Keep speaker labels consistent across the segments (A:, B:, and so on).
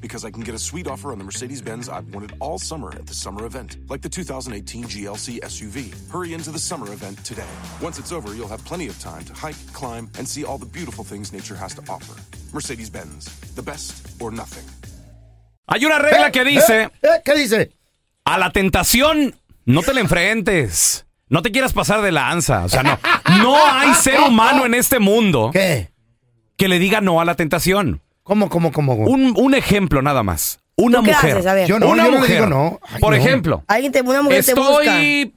A: Because I can get a sweet offer on the Mercedes Benz I've wanted all summer at the summer event, like the 2018 GLC SUV. Hurry into the summer event today. Once it's over, you'll have plenty of time to hike, climb, and see all the beautiful things nature has to offer. Mercedes Benz, the best or nothing.
B: Hay una regla que dice,
C: Eh, ¿Qué dice?
B: a la tentación no te la enfrentes. No te quieras pasar de lanza. O sea, no. No hay ser humano en este mundo
C: ¿Qué?
B: que le diga no a la tentación.
C: ¿Cómo, cómo, cómo? cómo?
B: Un, un ejemplo nada más. Una
D: ¿Tú qué
B: mujer.
D: haces? A ver.
C: Yo no,
B: una
C: yo no le
B: mujer.
C: digo no. Ay,
B: Por
C: no.
B: ejemplo,
D: Alguien te, una mujer te busca.
B: estoy.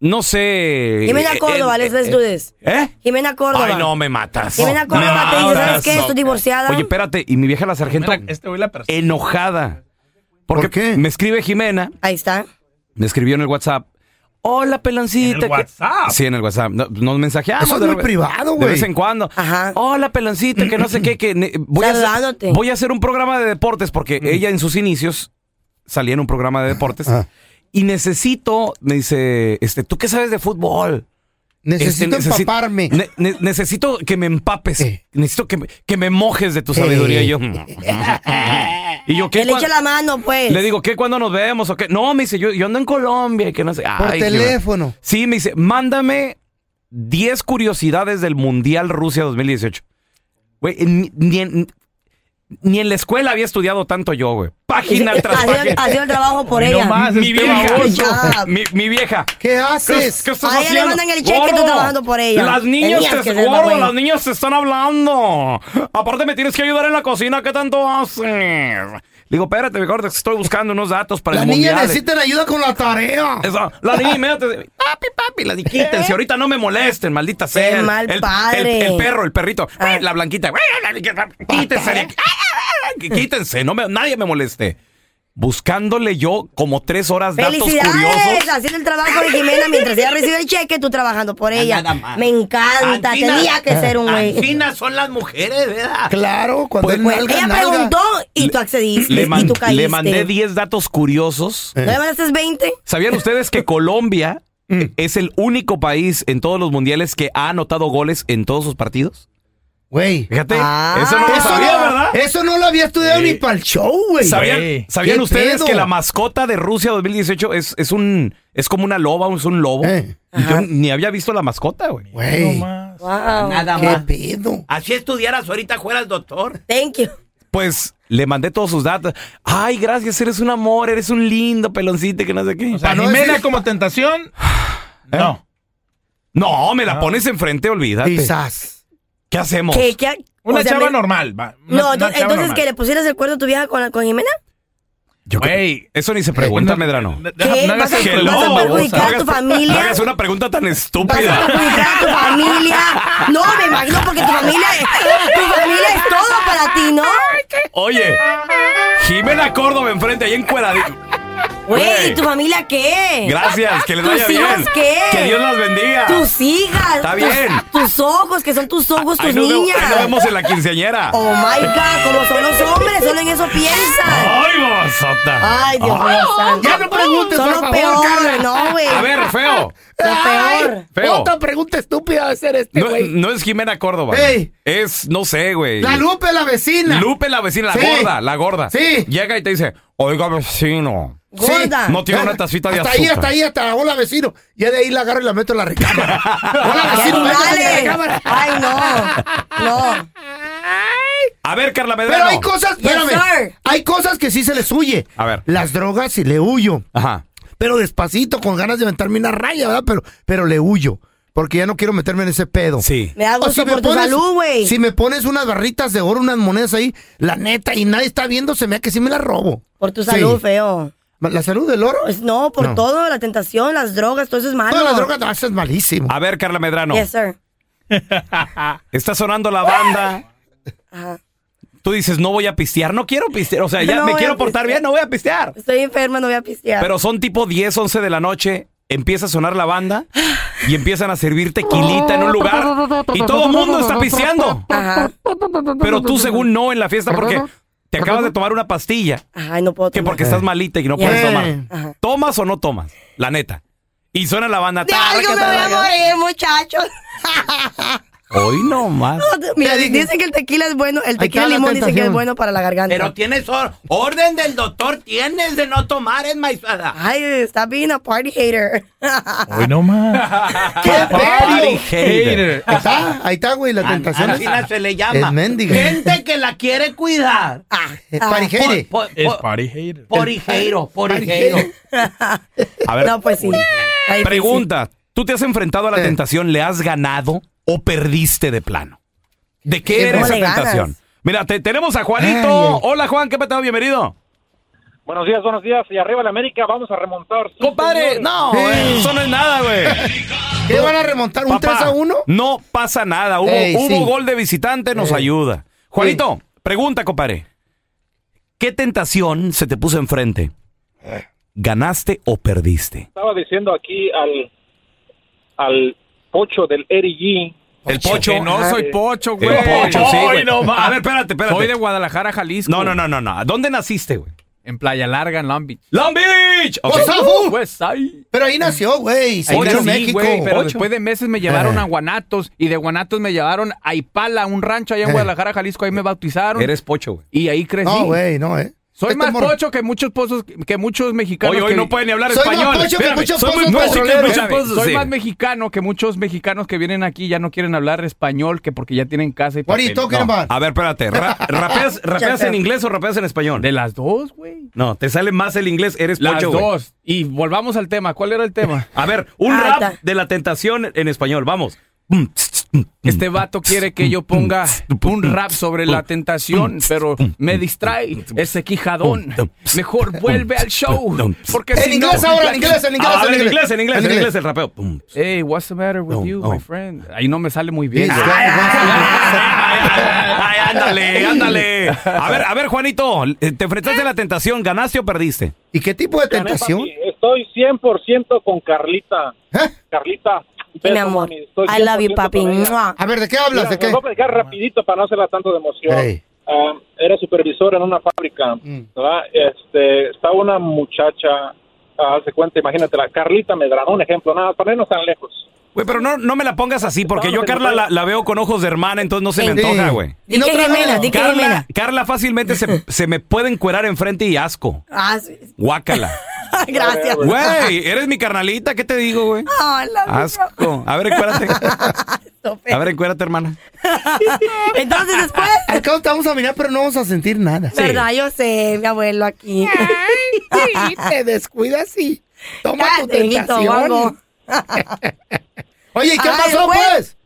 B: No sé.
D: Jimena
B: eh,
D: Córdoba,
B: eh,
D: let's, let's do this.
B: ¿Eh?
D: Jimena Córdoba.
B: Ay, no, me matas.
D: Jimena Córdoba te dice, ¿sabes qué? Estoy divorciada.
B: Oye, espérate, y mi vieja este la sargento enojada. Porque
C: ¿Por qué?
B: Me escribe Jimena,
D: Ahí está.
B: me escribió en el WhatsApp. Hola, pelancita. ¿En el WhatsApp? Sí, en el WhatsApp. No- Nos mensajeamos.
C: Eso es
B: de
C: muy
B: re-
C: privado,
B: De
C: güey.
B: vez en cuando.
D: Ajá.
B: Hola, pelancita, que no sé qué. Que ne- voy, a hacer,
D: Saludándote.
B: voy a hacer un programa de deportes porque ella en sus inicios salía en un programa de deportes.
C: Mm. Ah.
B: Y necesito, me dice, este, ¿tú qué sabes de fútbol?
C: Necesito
B: Este, necesi-
C: empaparme.
B: ne- ne- necesito que me empapes.
C: Eh.
B: Necesito que me, que me mojes de tu sabiduría.
C: Eh.
B: Y yo, y yo
D: Eh, Que
B: ¿qué?
D: le
B: cuan-
D: eche la mano, pues.
B: Le digo, ¿qué? ¿Cuándo nos vemos? ¿O qué? No, me dice, yo, yo ando en Colombia. y Que no sé.
C: Por
B: Ay,
C: teléfono.
B: qué- Sí, me dice, mándame 10 curiosidades del Mundial Rusia 2018. Güey, ni, ni en, ni en la escuela había estudiado tanto yo, güey. Página tras
D: Haciendo-
B: página.
D: haciendo el trabajo por ella.
B: mi, vieja,
D: baboso.
B: mi, mi vieja.
C: ¿Qué
B: ¿Qué,
C: haces?
B: qué estás
D: A ella le
B: haciendo?
D: mandan el cheque, tú
B: Gordo,
D: trabajando por ella.
B: Las niñas
D: Tenías
B: te
D: que ser
B: gordo,
D: mamá.
B: las niñas te están hablando. Aparte me tienes que ayudar en la cocina, ¿qué tanto haces? Le digo, espérate, mejor te estoy buscando unos datos para
C: La
B: el
C: niña
B: mundial.
C: necesita la ayuda con la tarea.
B: Eso, la niña inmediatamente, papi, papi, la niña, quítense, ahorita no me molesten, maldita sea. El-
D: mal
B: el,
D: padre.
B: El, el perro, el perrito, la blanquita, quítense, de aquí. quítense, no me, nadie me moleste. Buscándole yo como tres horas datos curiosos.
D: Felicidades, haciendo el trabajo de Jimena mientras ella recibe el cheque, tú trabajando por ella.
B: nada más.
D: Me encanta,
B: Antina-
D: tenía que ser un güey.
B: Antinas son las mujeres, ¿verdad?
C: Claro, cuando
B: Pues,
C: es
B: pues,
C: nalga,
D: Ella
C: nalga.
D: preguntó y tú accediste
B: Le, man-
D: y tú caíste.
B: le mandé 10 datos curiosos.
D: ¿No le mandaste 20?
B: ¿Sabían ustedes que Colombia es el único país en todos los mundiales que ha anotado goles en todos sus partidos?
C: Güey.
B: Fíjate,
D: Ah.
B: eso no lo
D: Eso
B: sabía,
D: no.
B: ¿verdad?
C: Eso no lo había estudiado ni para el show, güey.
B: ¿Sabían, sabían
C: ¿Qué
B: ustedes
C: pedo?
B: que la mascota de Rusia 2018 es, es un es como una loba, es un lobo?
C: Eh.
B: Y Yo ni había visto la mascota, güey.
C: Güey.
D: Wow.
C: ¿Qué pedo?
B: Así estudiaras ahorita fueras doctor.
D: Thank you.
B: Pues le mandé todos sus datos. Ay, gracias, eres un amor, eres un lindo peloncito que no sé qué. ¿Eh?
E: O sea,
C: Pa' no
E: Jimena
C: decir-
E: como tentación. No. Ah.
B: no, me la pones enfrente, olvídate.
C: Quizás.
B: ¿Qué hacemos?
D: ¿Qué, qué-
E: Una
D: o sea,
E: chava
D: me-
E: normal. va, una-
D: No,
E: una
D: entonces,
E: chava
D: entonces
E: normal.
D: que le pusieras el cuerno a tu vieja con, con Jimena.
B: Yo creo-
E: Güey.
B: Eso ni se pregunta,
E: No,
B: Medrano.
E: no, deja-
D: Eh, ¿Qué?
E: no hagas
D: ¿Vas a,
E: eso,
B: que
D: vas a
B: no,
D: perjudicar
B: no
D: a tu
B: hagas- No
D: familia?
B: hagas una pregunta tan
D: ¿Vas a
B: estúpida.
D: perjudicar a tu familia? No, me imagino porque tu familia, es- tu familia es todo para ti, ¿no?
B: Oye, Jimena Córdoba enfrente, ahí encueradita.
D: Güey,
B: Güey.
D: ¿y tu familia qué?
B: Gracias, que les vaya
D: ¿Tus
B: bien.
D: hijas qué?
B: Que Dios las bendiga.
D: Tus hijas.
B: Está
D: tus-
B: bien.
D: Tus ojos, que son tus ojos, tus
B: Ahí nos vemos-
D: niñas.
B: ahí nos vemos en la quinceañera.
D: Oh my God, como son los hombres, solo en eso piensan.
B: ¡Ay, babasota!
D: Ay, Dios mío, santo.
C: Ya no preguntes,
D: Son
C: por
D: lo
C: favor,
D: peor,
C: Carla.
D: no, güey.
B: A ver, feo.
D: Lo
C: Ay,
D: peor.
B: Feo.
C: Ah, Otra pregunta estúpida va a ser este,
B: No,
C: güey.
B: no es Jimena Córdoba.
C: Ey.
B: Es, no sé, güey.
C: La Lupe, la vecina.
B: Lupe, la vecina, la
C: Sí.
B: gorda, la gorda.
C: Sí.
B: Llega y te dice, oiga, vecino.
C: Sí.
D: Gorda.
B: No tiene una tacita de
C: hasta
B: azúcar.
C: Hasta ahí, hasta ahí, hasta hola vecino. Ya de ahí la agarro y la meto en la recámara. hola
D: ¡Qué
C: vecino, métete en la
D: animales!
C: recámara.
D: Ay, no. No.
B: A ver, Carla Medrano.
C: Pero hay cosas,
D: Yes,
C: espérame,
D: sir.
C: hay cosas que sí se les huye.
B: A ver.
C: Las drogas sí le huyo.
B: Ajá.
C: Pero despacito, con ganas de aventarme una raya, ¿verdad? Pero, pero le huyo. Porque ya no quiero meterme en ese pedo.
B: Sí.
D: Me da
C: O
D: gusto por tu salud, güey.
C: Si me pones unas barritas de oro, unas monedas ahí, la neta, y nadie está viendo, se me da que sí me las robo.
D: Por tu
C: Sí.
D: salud, feo.
C: ¿La salud del oro?
D: Pues no, por
C: No.
D: todo, la tentación, las drogas, todo eso es malo.
C: Todas las drogas, no, eso es malísimo.
B: A ver, Carla Medrano.
D: Ah, Yes, sir.
B: Está sonando la banda.
D: Ajá.
B: Tú dices, no voy a pistear. No quiero pistear. O sea, ya
D: No
B: me
D: voy
B: quiero
D: a
B: portar
D: pistear.
B: bien, no voy a pistear.
D: Estoy enferma, no voy a pistear.
B: Pero son tipo 10, 11 de la noche. Empieza a sonar la banda y empiezan a servir tequilita en un lugar. Y todo el mundo está pisteando.
D: Ajá.
B: Pero tú, según no, en la fiesta porque te acabas de tomar una pastilla.
D: Ay, no puedo
B: Que
D: tomar.
B: porque estás malita y no
D: Ya.
B: puedes
C: Eh.
D: Ajá.
B: tomar. ¿Tomas o no tomas? La neta. Y suena la banda.
D: De algo me voy a morir, muchachos.
B: Hoy no más.
D: Mira,
C: Ya dije.
D: dicen que el tequila es bueno, el tequila
C: está la
D: limón dicen que es
C: tentación.
D: bueno para la garganta.
B: tienes orden del doctor, tienes de no tomar en maizada.
D: Ay, está being a party hater.
E: Hoy no más.
C: ¡Qué
B: Party
C: serio!
B: hater.
C: Ahí está, ahí está, güey, la tentación. es-
B: se le
C: llama. Es mendiga. Gente
B: que la quiere cuidar.
F: Ah,
C: es parijere.
E: Es party hater.
B: Porijero,
C: porijero.
B: A ver,
D: no, pues sí. Está difícil.
B: pregunta. ¿Tú te has enfrentado a la
C: Eh.
B: tentación? ¿Le has ganado o perdiste de plano? ¿De
C: Sí,
B: qué era
C: ¿cómo
B: esa
D: le ganas?
B: tentación? Mira, te- tenemos a Juanito.
C: Ay, ay.
B: Hola, Juan, ¿qué petado? Bienvenido.
G: Buenos días, buenos días. Y arriba la América, vamos a remontar. Sí,
B: Compadre,
G: señores.
B: no,
C: Sí.
B: eh, eso no es nada, güey.
C: ¿Qué van a remontar? ¿Un
B: Papá,
C: 3 a 1?
B: No pasa nada. Hubo,
C: Ey,
B: hubo
C: sí.
B: gol de visitante, nos
C: Ey.
B: ayuda. Juanito, pregunta, compadre. ¿Qué tentación se te puso enfrente?
C: Eh.
B: ¿Ganaste o perdiste?
G: Estaba diciendo aquí al, al pocho del Eri G.
B: El pocho.
H: Que no soy pocho,
B: El
H: güey.
B: pocho, sí, güey.
H: Ay, no más.
B: A ver, espérate, espérate.
H: Soy de Guadalajara, Jalisco.
B: No, no, no, no, no. ¿Dónde naciste, güey?
H: En Playa Larga, en Long Beach.
B: ¡Long Beach! Ok.
C: What's up, fool?
H: Pues ahí.
C: Pero ahí nació, güey. Se
H: Ahí
C: vino a
H: nací,
C: México. Eh.
H: güey, pero
C: Ocho.
H: después de meses me llevaron a Guanatos y de Guanatos me llevaron a Ipala, un rancho allá en
C: Eh.
H: Guadalajara, Jalisco. Ahí me bautizaron
B: Eres pocho, güey.
H: y ahí crecí.
C: No, güey, no, eh.
H: Soy
C: Este
H: más
C: morro-
H: pocho que muchos pozos, que muchos mexicanos.
B: Oye, hoy
H: que-
B: no pueden ni hablar
C: Soy más
B: español.
C: pocho que
B: Espérame,
C: muchos
B: soy muy
C: pozos
B: pocho que
C: petroleros.
B: muchos
H: Espérame,
B: pozos,
H: soy
B: sí.
H: más mexicano que muchos mexicanos que vienen aquí ya no quieren hablar español que porque ya tienen casa y
C: What are you
H: papel.
C: talking
H: No.
C: about?
B: A ver, espérate. Ra- ¿Rapeas, rapeas en inglés o rapeas en español?
H: De las dos, güey.
B: No, te sale más el inglés, eres
H: Las
B: pocho, güey.
H: dos. Y volvamos al tema. ¿Cuál era el tema?
B: A ver, un
D: Ahí
B: rap
D: está.
B: de la tentación en español, vamos.
H: Este vato quiere que yo ponga un rap sobre la tentación, pero me distrae ese quijadón. Mejor vuelve al show. Porque
C: En
H: si no-
C: inglés ahora, en inglés, en inglés.
B: Ah, a ver, en inglés, en inglés, en inglés, el rapeo. Pum.
H: Hey, what's the matter with
B: No,
H: you,
B: no.
H: my friend? Ahí no me sale muy bien.
C: Sí,
H: güey.
C: claro.
B: Ay, ay, ándale, ándale. A ver, a ver, Juanito, eh, ¿te enfrentaste a la tentación? ¿Ganaste o perdiste?
C: ¿Y qué tipo de
G: Gané,
C: tentación?
G: papi. Eh, Estoy 100% con Carlita.
C: ¿Eh?
G: Carlita.
D: Mi
G: beso,
D: amor.
G: mami. Estoy
D: I love you,
G: 100%
D: papi.
G: con ella.
D: Mua.
C: A ver, ¿de qué
G: Mira,
C: hablas? ¿De
G: les
C: qué?
G: voy a platicar rapidito para no hacerla tanto de emoción.
C: Ey. Mm.
G: Ah, era supervisor en una fábrica. ¿verdad? Este, estaba una muchacha, ah, haz de cuenta, imagínate, la Carlita Medrano, un ejemplo, nada, para no irnos tan lejos.
B: Güey, pero no, no me la pongas así, porque yo a Carla la, la veo con ojos de hermana, entonces no se me
C: Sí.
B: antoja, güey.
C: Y
D: Di
C: no
D: que
C: traga-
D: gemela, di que
B: Carla,
D: gemela.
B: Carla fácilmente se, se me puede encuerar enfrente y asco.
D: Ah, sí.
B: Guácala.
D: Gracias.
B: Güey, eres mi carnalita, ¿qué te digo, güey?
D: Oh, I love you,
B: Asco. A ver, encuérate.
D: bro.
B: A ver, encuérate, hermana. Mm.
D: Entonces después,
C: Al cabo te vamos a mirar, pero no vamos a sentir nada.
D: verdad, yo sé, mi abuelo aquí.
C: Sí, te descuidas y toma tu
D: Cállate, hijito, o algo.
C: tentación. Oye, ¿y qué
D: Ay,
C: pasó,
D: güey.
C: pues?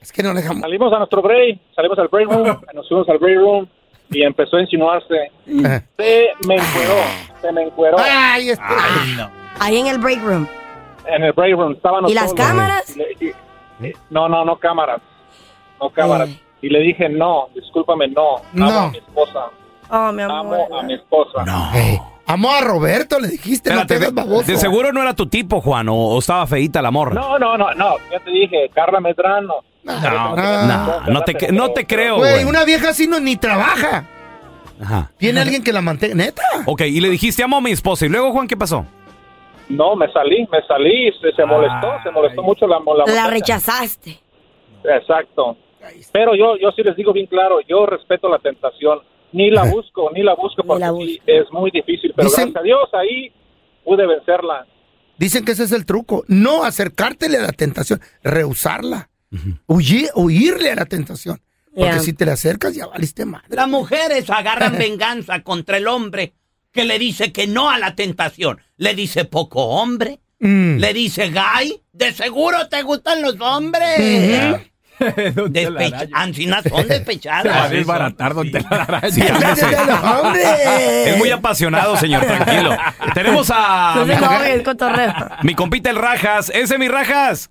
C: Es que no le dejamos.
G: Salimos a nuestro break, salimos al break room, nos fuimos al break room y empezó a insinuarse.
B: Eh.
C: Ajá.
G: Se me encueró, se me encueró
C: Ah.
G: Ah.
C: Ay, este-
D: Ahí en el break room.
G: en el break room. Estábamos
D: ¿Y las
G: solos.
D: cámaras?
G: Y Ah, le- y- No, no, no cámaras, no cámaras.
D: Ay.
G: Y le dije, no, discúlpame, no,
C: No.
G: amo a mi esposa,
D: Oh, mi amor.
G: amo a mi esposa.
C: Ey, Amo a Roberto, le dijiste, no te hagas baboso.
B: de seguro no era tu tipo, Juan, o, o estaba feíta la morra.
G: No, no, no, no. Ya te dije, Carla Medrano.
B: no, no, no te, cre- no te creo,
C: Güey,
B: güey.
C: una vieja así no ni trabaja.
B: Ajá.
C: Tiene alguien que la mantenga. ¿Neta?
B: Ok, y le dijiste amo a mi esposa. ¿Y luego, Juan, qué pasó?
G: No, me salí, me salí. Se, se molestó, se molestó mucho la La,
D: La
G: muchacha.
D: rechazaste.
G: Exacto. Pero yo, yo sí les digo bien claro, yo respeto la tentación. Ni la busco, ni la busco
D: Ni
G: porque
D: la
G: sí es muy difícil. Pero
C: Dicen-
G: gracias a Dios ahí pude vencerla.
C: Dicen que ese es el truco. No acercártele a la tentación, rehusarla. Huye- huirle a la tentación. Porque
D: Ya.
C: si te le acercas, ya valiste madre.
F: Las mujeres agarran venganza contra el hombre que le dice que no a la tentación. Le dice poco hombre.
C: Mm.
F: Le dice gay. De seguro te gustan los hombres.
B: Mm-hmm. ¿Eh?
F: Despecha- Ancinas son
H: Va a
F: despechadas.
H: desbaratar, don Telaraño.
C: Sí, ya sé.
B: Es muy apasionado, señor, tranquilo. Tenemos
D: No se
B: a
D: enojes, cotorreo.
B: mi compita el Rajas. Ese mi Rajas.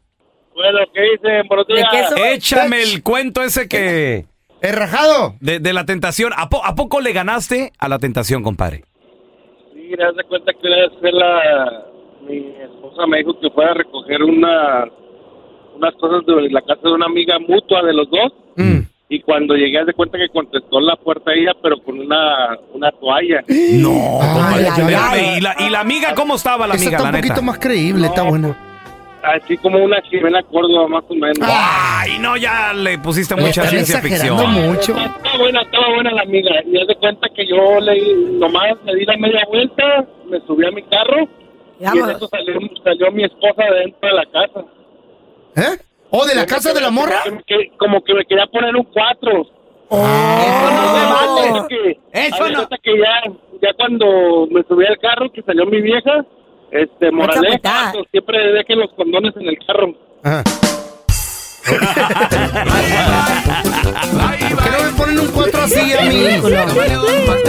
G: Bueno, ¿qué dicen? Buenos
D: ¿De qué son?
B: Échame el cuento ese que...
C: ¿Es rajado?
B: De, de la tentación. ¿A, po- a poco le ganaste a la tentación, compadre?
G: Sí, haz de cuenta que una vez fue la... Mi esposa me dijo que fuera a recoger una, unas cosas de la casa de una amiga mutua de los dos.
C: Mm.
G: Y cuando llegué, haz de cuenta que contestó la puerta ella, pero con una, una toalla.
B: No.
C: Ay, ay, ay.
B: ¿Y, la, y la amiga cómo estaba la
C: Esa
B: amiga,
C: está
B: la
C: un poquito
B: neta?
C: más creíble, está buena.
G: Así como una Jimena Córdoba, más o menos.
B: Ay, no, ya le pusiste
C: Le
B: mucha
C: están
B: ciencia
C: exagerando
B: ficción.
C: mucho.
G: Estaba buena, estaba buena la amiga. Y haz de cuenta que yo le, nomás me di la media vuelta, me subí a mi carro y en
D: Vámonos.
G: eso salió, salió mi esposa de dentro de la casa.
C: ¿Eh? ¿O de la casa de la morra?
G: Como que- Como que me quería poner un cuatro.
F: Oh.
G: Eso que,
F: Eso
G: haz de
F: no.
G: cuenta que ya, ya cuando me subí al carro, que salió mi vieja, este, moraleja,
D: chaputada.
G: pues, siempre dejen los condones en el carro.
C: Ajá. ¿Por qué no me ponen un 4 así a mí?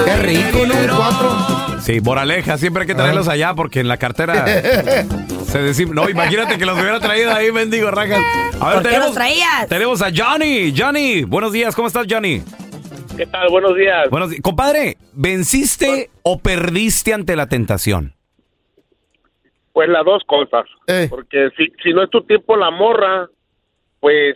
C: Qué rico, ¿no? Un 4.
B: Sí, moraleja, siempre hay que traerlos allá porque en la cartera se decimos. No, imagínate que los hubiera traído ahí, mendigo Rajas. A ver,
D: ¿Por qué los traías?
B: tenemos a Johnny. Johnny, buenos días, ¿cómo estás, Johnny?
G: ¿Qué tal? Buenos días.
B: Buenos días. Compadre, ¿venciste o perdiste ante la tentación?
G: Pues las dos cosas.
C: Eh.
G: Porque si, si no es tu tiempo la morra, pues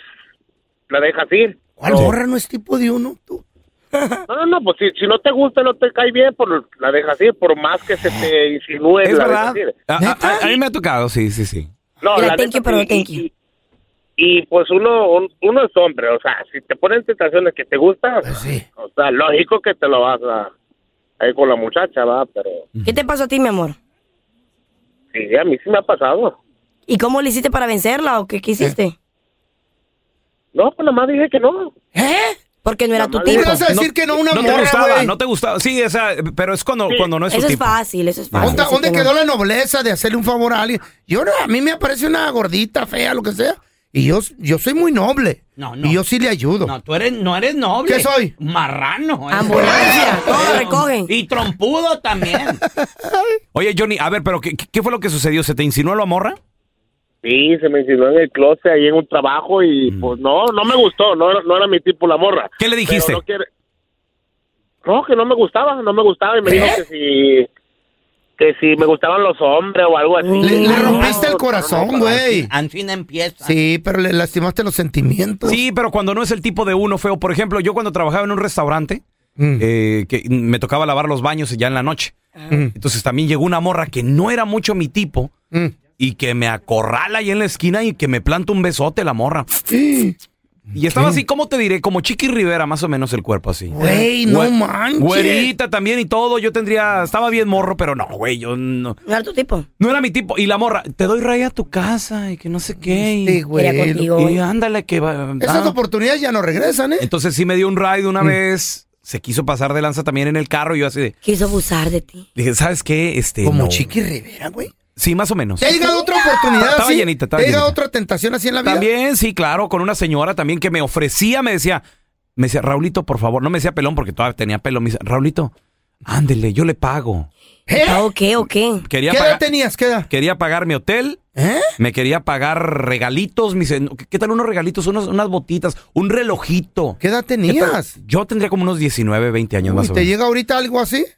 G: la dejas ir.
C: ¿Cuál
G: No.
C: morra no es tipo de uno? Tú.
G: No, no, no, pues si, si no te gusta, no te cae bien, por, la dejas ir, por más que se te insinúe.
B: Es
G: la
B: verdad. Ah,
G: dejas ir.
B: A, a- a- a mí me ha tocado, sí, sí, sí.
G: No,
D: Mira,
G: la
D: thank you,
G: neta,
D: pero
G: y-
D: thank
G: y-
D: you.
G: Y, pues uno un- uno es hombre, o sea, si te ponen tentaciones que te gustan,
C: sí.
G: o sea, lógico que te lo vas a, a ir con la muchacha, va, pero
D: ¿Qué te pasó a ti, mi amor?
G: sí, a mí sí me ha pasado.
D: ¿Y cómo le hiciste para vencerla o qué, qué hiciste?
G: No, pues nada más dije que no.
D: ¿Eh? Porque no era tu
G: Mamá,
C: ¿Tú
D: tipo.
C: le vas a decir que no a una
B: no
C: morra,
B: te gustaba,
C: güey?
B: no te gustaba. Sí, o sea, pero es cuando, cuando no es tu
D: Eso es
B: tipo.
D: fácil, eso es fácil.
C: ¿Dónde,
D: decir
C: dónde
D: que no.
C: quedó la nobleza de hacerle un favor a alguien? Yo no, a mí me aparece una gordita, fea, lo que sea. Y yo, yo soy muy noble.
F: No, no.
C: Y yo sí le ayudo.
F: No, tú eres, no eres noble.
C: ¿Qué soy?
F: Marrano. eh.
D: Ambulancia, todo recogen.
F: Y trompudo también.
B: Oye, Johnny, a ver, pero ¿qué, qué fue lo que sucedió? ¿Se te insinuó la morra?
G: Sí, se me insinuó en el closet ahí en un trabajo y
C: Mm.
G: pues no, no me gustó, no, era- no era mi tipo la morra.
B: ¿Qué le
G: Pero
B: dijiste?
G: No, quiere- no, que no me gustaba, no me gustaba y me dijo que si que si me gustaban los hombres o algo así.
C: Le, le
G: No,
C: rompiste el
G: no,
C: corazón,
G: no,
C: güey.
F: Ancina empieza.
C: Sí, pero le lastimaste los sentimientos.
B: Sí, pero cuando no es el tipo de uno feo. Por ejemplo, yo cuando trabajaba en un restaurante,
C: Mm.
B: eh, que me tocaba lavar los baños ya en la noche.
C: Mm.
B: Entonces también llegó una morra que no era mucho mi tipo
C: Mm.
B: y que me acorrala ahí en la esquina y que me planta un besote la morra.
C: Sí.
B: Y estaba así, ¿cómo te diré? Como Chiqui Rivera, más o menos el cuerpo así.
C: Güey, no
B: Güe-
C: manches.
B: Güerita también y todo. Yo tendría, estaba bien morro, pero no, güey, yo no.
D: No era tu tipo.
B: No era mi tipo. Y la morra, te doy raya a tu casa y que no sé qué. y-
C: Sí,
D: Era
C: güey.
D: contigo.
B: y ándale que va.
C: Esas
B: va.
C: oportunidades ya no regresan, ¿eh?
B: Entonces sí me dio un ride
D: Mm.
B: una vez. Se quiso pasar de lanza también en el carro. Y yo así de,
D: Quiso abusar de ti.
B: dije, ¿sabes qué? Este,
C: Como
B: no".
C: Chiqui Rivera, güey.
B: Sí, más o menos.
C: ¿Te ha llegado otra oportunidad
B: Estaba
C: así?
B: llenita, estaba
C: ¿Te ha llegado
B: llenita.
C: otra tentación así en la vida?
B: También, sí, claro, con una señora también que me ofrecía, me decía, me decía, Raulito, por favor, no me decía pelón porque todavía tenía pelo, me decía, Raulito, ándele, yo le pago.
C: ¿Eh?
D: Ah, ok, ok.
B: Quería,
C: ¿Qué
B: pagar,
C: edad tenías? ¿Qué edad?
B: quería pagar mi hotel,
C: ¿Eh?
B: me quería pagar regalitos, me dice, "No, ¿qué- ¿qué tal unos regalitos, unos- unas botitas, un relojito?
C: ¿Qué edad
B: ¿Qué tal?
C: tenías?
B: Yo tendría como unos 19, 20 años
C: Uy,
B: más o
C: ¿Te
B: menos.
C: llega ahorita algo así? Ah.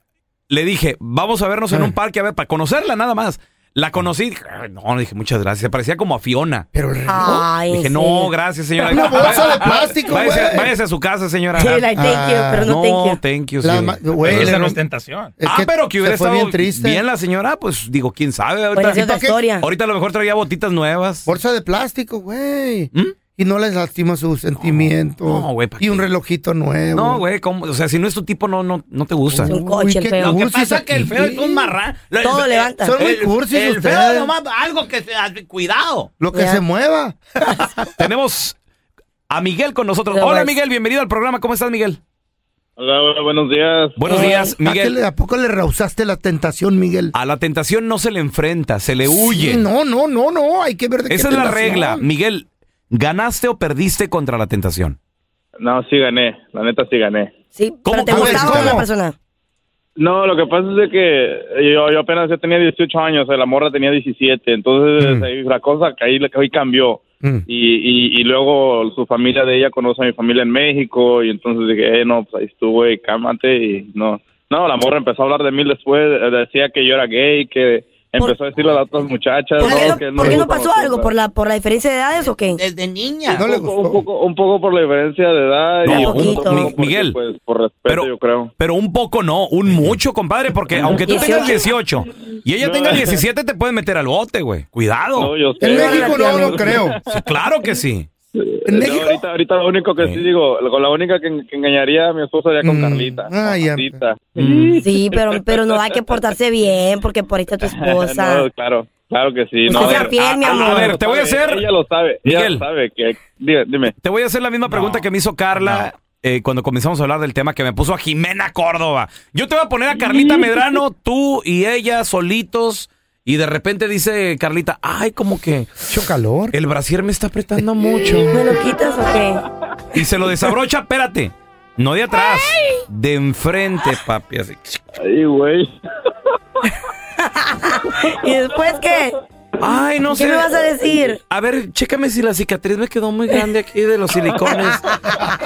B: le dije, vamos a vernos en un parque, a ver, para conocerla nada más. La conocí, ay, no, dije, muchas gracias, parecía como a Fiona. Pero
D: Ay,
B: dije,
D: sí.
B: no, gracias, señora.
C: Una bolsa de
B: Vá-
C: plástico,
B: váyase,
C: güey. Ah,
B: váyase a su casa, señora.
D: Sí, like, thank you, pero no thank you.
B: thank you.
C: La
B: sí.
C: ma- güey,
B: Pero
C: le
B: esa no
C: rom-
B: es
E: Tentación.
C: Es
B: ah,
C: que
B: pero que
C: se
B: hubiera
C: fue
B: estado
C: bien
B: bien,
C: triste.
B: la señora, pues digo, quién sabe. Ahorita,
D: Bueno, es otra historia.
B: ahorita a lo mejor traía botitas nuevas.
C: Bolsa de plástico, güey. Y no les lastima sus sentimientos.
B: ¿Mm? no, güey, ¿pa'
C: Y un relojito nuevo.
B: No, güey, ¿cómo? o sea, si no es tu tipo, no, no, no te gusta.
D: Un coche, el feo.
F: Lo que
C: cursis
F: pasa es que el
C: aquí.
F: feo es un marrán. Lo-
D: Todo
F: el-
D: levanta.
C: Son muy cursis
F: El
C: ustedes.
F: feo nomás algo que se cuidado.
C: Lo que
D: Ya.
C: se mueva.
B: Tenemos a Miguel con nosotros.
D: Pero
B: Hola,
D: vas-
B: Miguel, bienvenido al programa. ¿Cómo estás, Miguel?
G: Hola, hola, buenos días.
B: Buenos
D: Hey.
B: días,
C: ¿A, qué
B: Miguel.
C: le- a poco le rehusaste la tentación, Miguel?
B: A la tentación no se le enfrenta, se le huye.
C: Sí, no, no, no, no. Hay que ver de qué
B: Esa es la
C: tentación.
B: regla. Miguel, ¿ganaste o perdiste contra la tentación?
G: No, sí gané, la neta sí gané.
D: Sí, pero
B: ¿Cómo?
D: te
B: A ver,
D: gustaba
C: ¿cómo?
D: una persona.
G: No, lo que pasa es de que yo, yo apenas ya tenía 18 años, eh, la morra tenía 17,
B: Mm.
G: entonces ahí la cosa que ahí, ahí cambió.
C: Mm.
G: Y, y, y luego su familia de ella conoce a mi familia en México y entonces dije, eh, no, pues ahí estuvo y cámate y no. No, la morra empezó a hablar de mí después, eh, decía que yo era gay, que
D: Por-
G: empezó a decirle a las otras muchachas.
D: ¿Por qué
G: no,
D: no,
G: que
D: por qué
G: le
D: no
G: gustan
D: pasó
G: las
D: algo?
G: cosas.
D: ¿Por la, por la diferencia de edades o qué?
F: Desde niña.
C: No le
G: un, poco, un
C: gustó.
G: poco- un poco por la diferencia de
B: No,
G: edad y
D: un
G: otro
D: poquito.
G: porque,
B: Miguel,
G: pues, por respeto
B: pero-
G: yo creo.
B: Pero un poco no, un mucho, compadre, porque aunque tú tengas 18 y ella tenga 17, te puede meter al bote, güey. Cuidado.
G: No, yo sé.
C: En México no, no creo.
B: Sí, claro que sí.
C: ¿En
G: No,
C: México?
G: ahorita, ahorita lo único que sí,
B: Sí.
G: digo, con la única que, que engañaría a mi esposa sería con
C: Mm.
G: Carlita.
C: Ah, ya. Mm.
G: Carlita. Mm.
D: Sí, pero, pero no hay que portarse bien porque por ahí está tu esposa.
G: No, claro, claro que sí.
D: Usted
G: no,
D: sea
G: a ver,
D: fiel, mi
G: a-
D: amor.
B: A ver, te voy a hacer,
G: Ella lo sabe. Ella
B: Miguel.
G: lo sabe que. Dime, dime.
B: te voy a hacer la misma pregunta que me hizo Carla eh, cuando comenzamos a hablar del tema que me puso a Jimena Córdoba. Yo te voy a poner a Carlita Medrano, tú y ella solitos. Y de repente dice Carlita, ay, como que
C: Mucho calor.
B: el brasier me está apretando mucho.
D: ¿Me lo quitas o qué?
B: Y se lo desabrocha, espérate. No de atrás, de enfrente, papi. Así.
G: Ay, güey.
D: ¿Y después Pues qué?
B: Ay, no
D: ¿Qué
B: sé.
D: me vas a decir?
B: A ver, chécame si la cicatriz me quedó muy grande aquí de los silicones.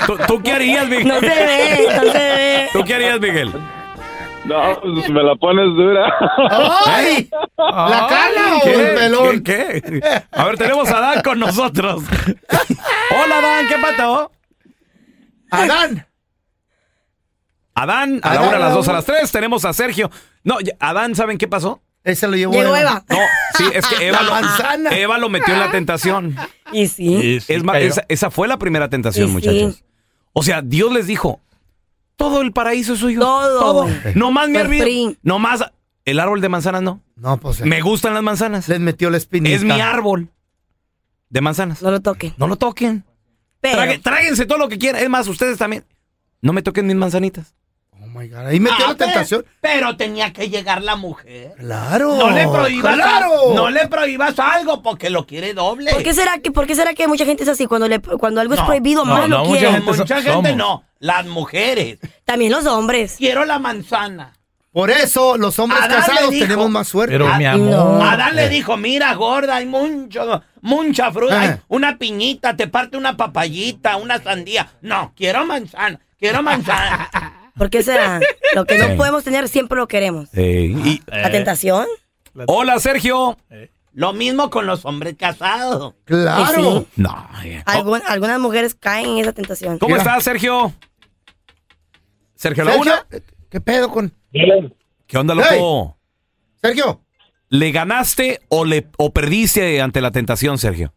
B: ¿Tú, tú qué harías, Miguel?
D: No se ve, no se ve.
B: ¿Tú qué harías, Miguel?
G: No, pues, me la pones dura.
C: ¡Ay! ¿La cala o el pelón?
B: ¿Qué? qué? A ver, tenemos a Dan con nosotros. Hola, Dan, ¿qué pato?
C: Adán.
B: Adán, a la
C: Adán.
B: una, a las dos, a las tres. Tenemos a Sergio. No, ya- Adán, ¿saben qué pasó?
C: Ese lo llevó
D: Llegó
C: Eva.
D: Eva.
B: No, sí, es que
C: La
B: Eva, lo,
C: manzana.
B: Eva lo metió en la tentación.
D: Y sí.
E: Sí, sí,
B: Es más,
E: cayó.
B: esa, esa fue la primera tentación,
D: Y sí.
B: muchachos. O sea, Dios les dijo, todo el paraíso es suyo.
D: Todo.
B: Nomás me
D: Por
B: olvido.
D: fin.
B: Nomás el árbol de manzanas no.
C: No, pues. eh,
B: Me gustan las manzanas.
C: Les metió la espinita.
B: Es mi árbol de manzanas.
D: No lo toque.
B: No lo toquen.
D: Pero,
B: Trague- tráguense todo lo que quieran. Es más, ustedes también. No me toquen mis manzanitas. pues,
C: Oh my God. Ahí metió
F: Ah,
C: la tentación.
F: pe- Pero tenía que llegar la mujer.
C: Claro.
F: No le prohíbas,
C: Claro.
F: no le prohíbas algo porque lo quiere doble.
D: ¿por qué será que, por qué será que mucha gente es así? Cuando, le, cuando algo es
F: No,
D: prohibido,
E: no,
D: más
E: no,
D: lo
E: mucha
D: quieren.
E: gente-
F: Mucha
E: somos.
F: gente no, las mujeres.
D: También los hombres.
F: Quiero la manzana.
C: Por eso los hombres
F: Adán le
C: casados
F: dijo,
C: tenemos más suerte.
E: Pero mi
F: Ah,
E: amor. Eh.
F: Adán le dijo, mira, gorda, hay mucho, mucha fruta,
C: Ah.
E: Eh.
F: hay una piñita, te parte una papayita, una sandía. No, quiero manzana, quiero manzana.
D: ¿Por qué será? Ah, Lo que
B: Sí.
D: no podemos tener siempre lo queremos.
B: Y-
E: Eh,
F: Eh.
D: ¿La tentación?
B: Hola, Sergio.
F: Lo mismo con los hombres casados.
B: Ah,
C: Claro.
D: Sí.
B: No. eh.
D: Algun- algunas mujeres caen en esa tentación.
B: ¿Cómo
C: Mira.
B: estás, Sergio? Sergio, la
C: Sergio,
B: una.
C: ¿qué pedo con
B: ¿Qué onda, loco?
C: Sergio?
B: ¿Le ganaste o, le, o perdiste ante la tentación, Sergio?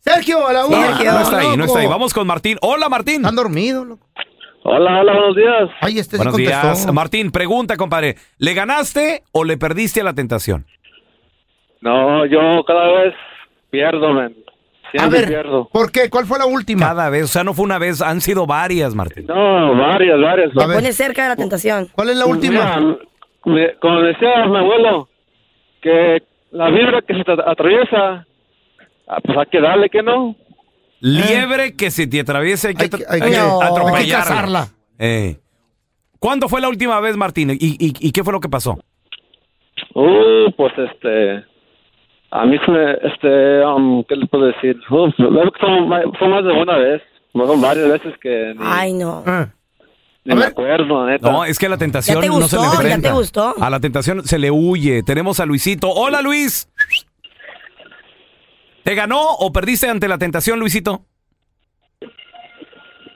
C: Sergio, a la una.
B: No, no está ahí, no
C: loco.
B: está ahí. Vamos con Martín. Hola, Martín.
C: Están dormidos, loco.
G: Hola, hola, buenos días.
C: Ay, este
B: Buenos
C: sí contestó.
B: días. Martín, pregunta, compadre. ¿Le ganaste o le perdiste a la tentación?
G: No, yo cada vez pierdo, man.
C: a ver, ¿por qué? ¿Cuál fue la última?
B: Cada vez, o sea, no fue una vez, han sido varias, Martín.
G: No, varias, varias.
C: A ver.
D: Pone cerca de la tentación.
C: ¿Cuál es la última?
G: pues Mira, me- como decía mi abuelo, que la vibra que se te atraviesa, ah, pues hay que darle que no.
B: Liebre que si te atraviese hay que,
C: Hay que-
B: tra-
C: hay
B: hay que
C: que- hay que
B: atropellarla.
C: cazarla.
B: Eh. ¿Cuándo fue la última vez, Martín? ¿Y, y, y qué fue lo que pasó?
G: Uh, pues este. A mí, se me, este, um, ¿qué le puedo decir? Uh, veo que son, ma- son más de una vez, no son varias veces que. ni-
D: Ay, no.
C: Ah,
G: Ni me acuerdo, neta.
B: No, es que a la tentación
G: Ya te
B: no se le
G: gustó, ya te
B: enfrenta.
G: gustó.
B: A la tentación se le huye. Tenemos a Luisito. Hola, Luis. ¿Te ganó o perdiste ante la tentación, Luisito?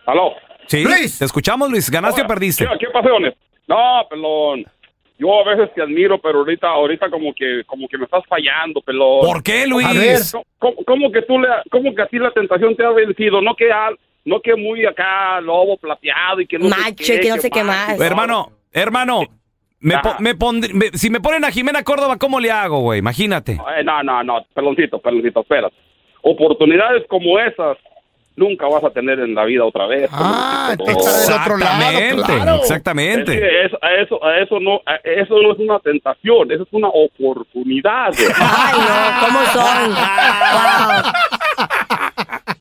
I: ¿Aló?
B: Sí. Luis. Te escuchamos, Luis. ¿Ganaste o perdiste?
I: ¿Qué, qué pasiones? No, pelón. Yo a veces te admiro, pero ahorita, ahorita como que, como que me estás fallando, pelón.
B: ¿Por qué, Luis? A ver.
I: ¿Cómo, cómo que tú le, cómo que así la tentación te ha vencido? No que, al- no que muy acá lobo plateado y que no sé
D: Macho y que no sé qué más.
B: Hermano, hermano, me, po-
I: Ajá.
B: me pondré- me- si me ponen a Jimena Córdoba, ¿cómo le hago, güey? Imagínate.
I: Eh, no, no, no, peloncito, peloncito, espérate. Oportunidades como esas nunca vas a tener en la vida otra vez. Ah,
B: Exactamente,
I: Es
B: exactamente.
I: que eso, a eso, a eso, no, a eso no es una tentación, eso es una oportunidad. güey.
D: Ay, no, ¿cómo son? Wow.